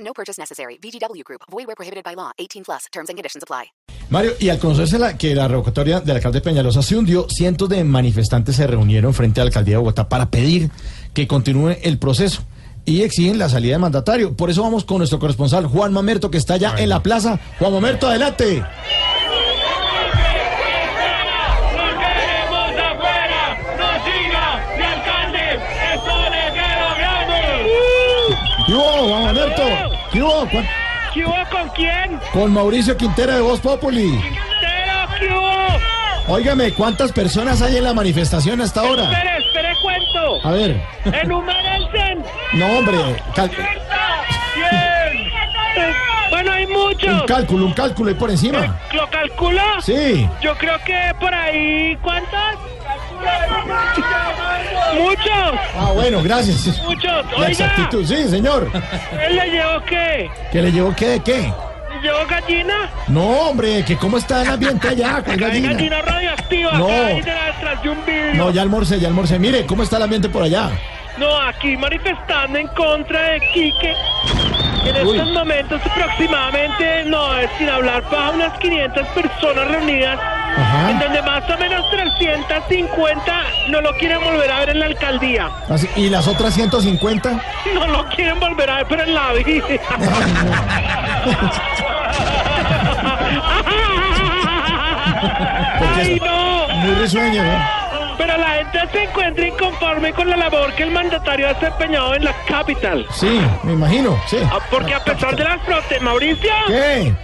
No purchase necessary. VGW Group. Void where prohibited by law. 18 plus. Terms and conditions apply. Mario, y al conocerse la, que la revocatoria del alcalde Peñalosa se hundió, cientos de manifestantes se reunieron frente a la alcaldía de Bogotá para pedir que continúe el proceso y exigen la salida del mandatario. Por eso vamos con nuestro corresponsal Juan Mamerto, que está allá en la plaza. Juan Mamerto, adelante. ¿Qué hubo, Juan Mamerto? ¿Qué hubo? ¿Cuán- ¿Qué hubo con quién? Con Mauricio Quintero de Voz Populi. ¡Pero qué hubo! Óigame, ¿cuántas personas hay en la manifestación hasta ahora? Ah. ¡Espere, espere, cuento! A ver. ¡Enumerensen! No, hombre. cal- ¡Bien! Eh, Bueno, hay un muchos. cálculo, un cálculo ahí por encima. ¿Lo calculo? Sí. Yo creo que por ahí, ¿cuántos? Muchos, Ah, bueno, gracias. muchos. La Oiga, exactitud, sí, señor. ¿él le llevó qué? ¿Que le llevó qué de qué? ¿Le llevó gallina? No, hombre, que cómo está el ambiente allá, ¿Cuál Hay gallina. gallina radioactiva No. que hay detrás de un vidrio. No, ya almorcé, ya almorcé. Mire, ¿cómo está el ambiente por allá? No, aquí manifestando en contra de Quique. En Uy. estos momentos aproximadamente, no, es sin hablar, para unas 500 personas reunidas, Ajá. en donde más o menos 350 no lo quieren volver a ver en la alcaldía. Así- ¿Y las otras 150? No lo quieren volver a ver, pero en la vida. ¡Ay, no! Muy risueño, ¿eh? Pero la gente se encuentra inconforme con la labor que el mandatario ha desempeñado en la capital. Sí, me imagino, sí. Ah, Porque a pesar de las protestas, Mauricio. ¿Qué?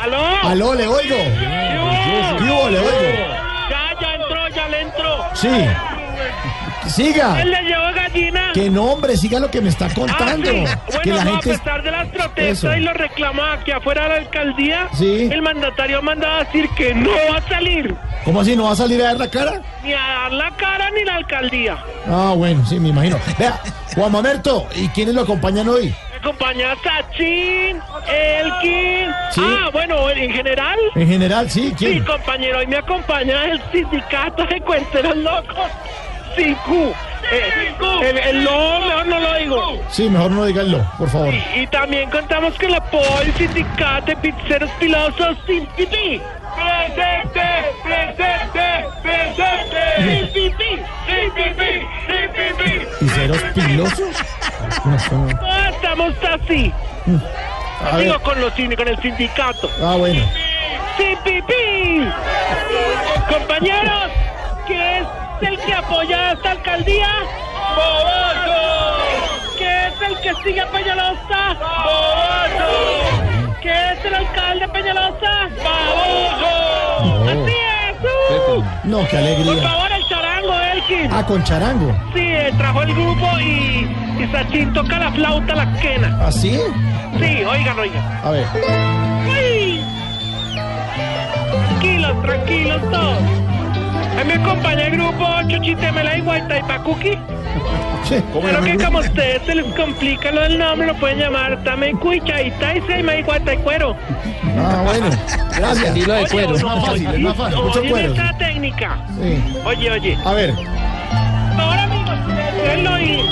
¿Aló? Aló, le oigo. ¿Qué hubo? ¿Qué hubo? Le oigo. Ya, ya entró, ya le entró. Sí. Siga. Él le llevó gallina. Que no, hombre, siga lo que me está Ah, contando. que sí. Bueno, la no, pues, a gente... pesar de las Eso. protestas y los reclamos aquí afuera de la alcaldía, Sí. el mandatario ha mandado a decir que no va a salir ¿Cómo así? ¿No va a salir a dar la cara? ni a dar la cara ni la alcaldía. Ah, bueno, sí, me imagino. Vea, Juan Mamerto, ¿y quiénes lo acompañan hoy? Me acompaña Sachin, Elkin. Sí. Ah, bueno, en general. En general, sí, Sí, ¿quién? compañero, hoy me acompaña el sindicato de cuenteros locos. Sicu. Eh, el, el lobo, mejor no lo digo. Sí, mejor no diganlo, por favor. Y también contamos con el apoyo del sindicato de pizzeros pilosos sin pipí. Presente, presente, presente. Sin pipí, sin pipí, sin pipí. ¿Piseros pilosos? No, no. Todos estamos así. A ver, Digo, con, los, sin- con el sindicato. ah, bueno. ¡Sí, pipí! Compañeros, ¿qué es el que apoya a esta alcaldía? ¡Boboso! ¿Qué es el que sigue a Peñalosa? ¡Boboso! ¿Qué es el alcalde Peñalosa? ¡Baboso! No. ¡Así es! ¡uh! No, qué Por alegría. favor, el charango, Elkin. Ah, con charango. Sí, eh, trajo el grupo y, y Sachin toca la flauta, la quena. ¿Así? Sí, oigan, oigan. ¿Ah, A ver. ¡Uy! Tranquilos, tranquilos todos. Ahí me acompaña el grupo Chuchitemela y Guaytaipacuqui. Sí. Creo que como a ustedes se les complica lo del nombre, lo pueden llamar Tame Cuicha y Taiseima y Guataicuero. Ah, bueno. Gracias. Dilo de Oye, Es más fácil, es más fácil. Mucho oye, cuero. esta técnica. Sí. Oye, oye. A ver. Ahora amigos, denlo y...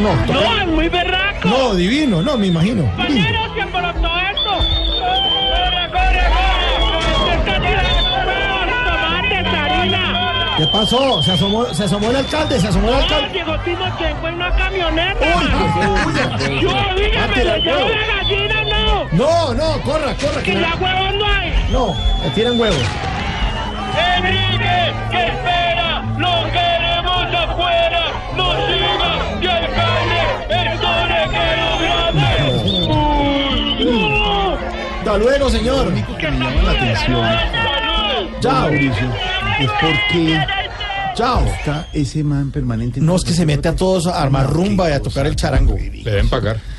No, to- No, es muy berraco. no, divino, no, me imagino. Divino. ¡Compañeros, se alborotó esto! ¡Corre, corre, corre! ¡Se está tirando tomates, harina! ¿Qué pasó? Se asomó, se asomó el alcalde, se asomó el ¡Ah, alcalde. llegó Timochenko en una camioneta! Uy, ¡Yo, dígame, Mátela, lo llevo yo. la gallina, no! No, no, corra, corra. ¡Que no- ya huevos no hay! No, le tiran huevos. ¡Enrique, que espera! ¡Lo queremos afuera! ¡No siga! ¡Y alcalde, esto le quedó grande! ¡Uy, no! Hasta luego, señor. ¡Que se llama la atención! Chao. es porque Chao. Está ese man permanente. No es que se mete a todos a armar rumba y a tocar el charango. Le deben pagar.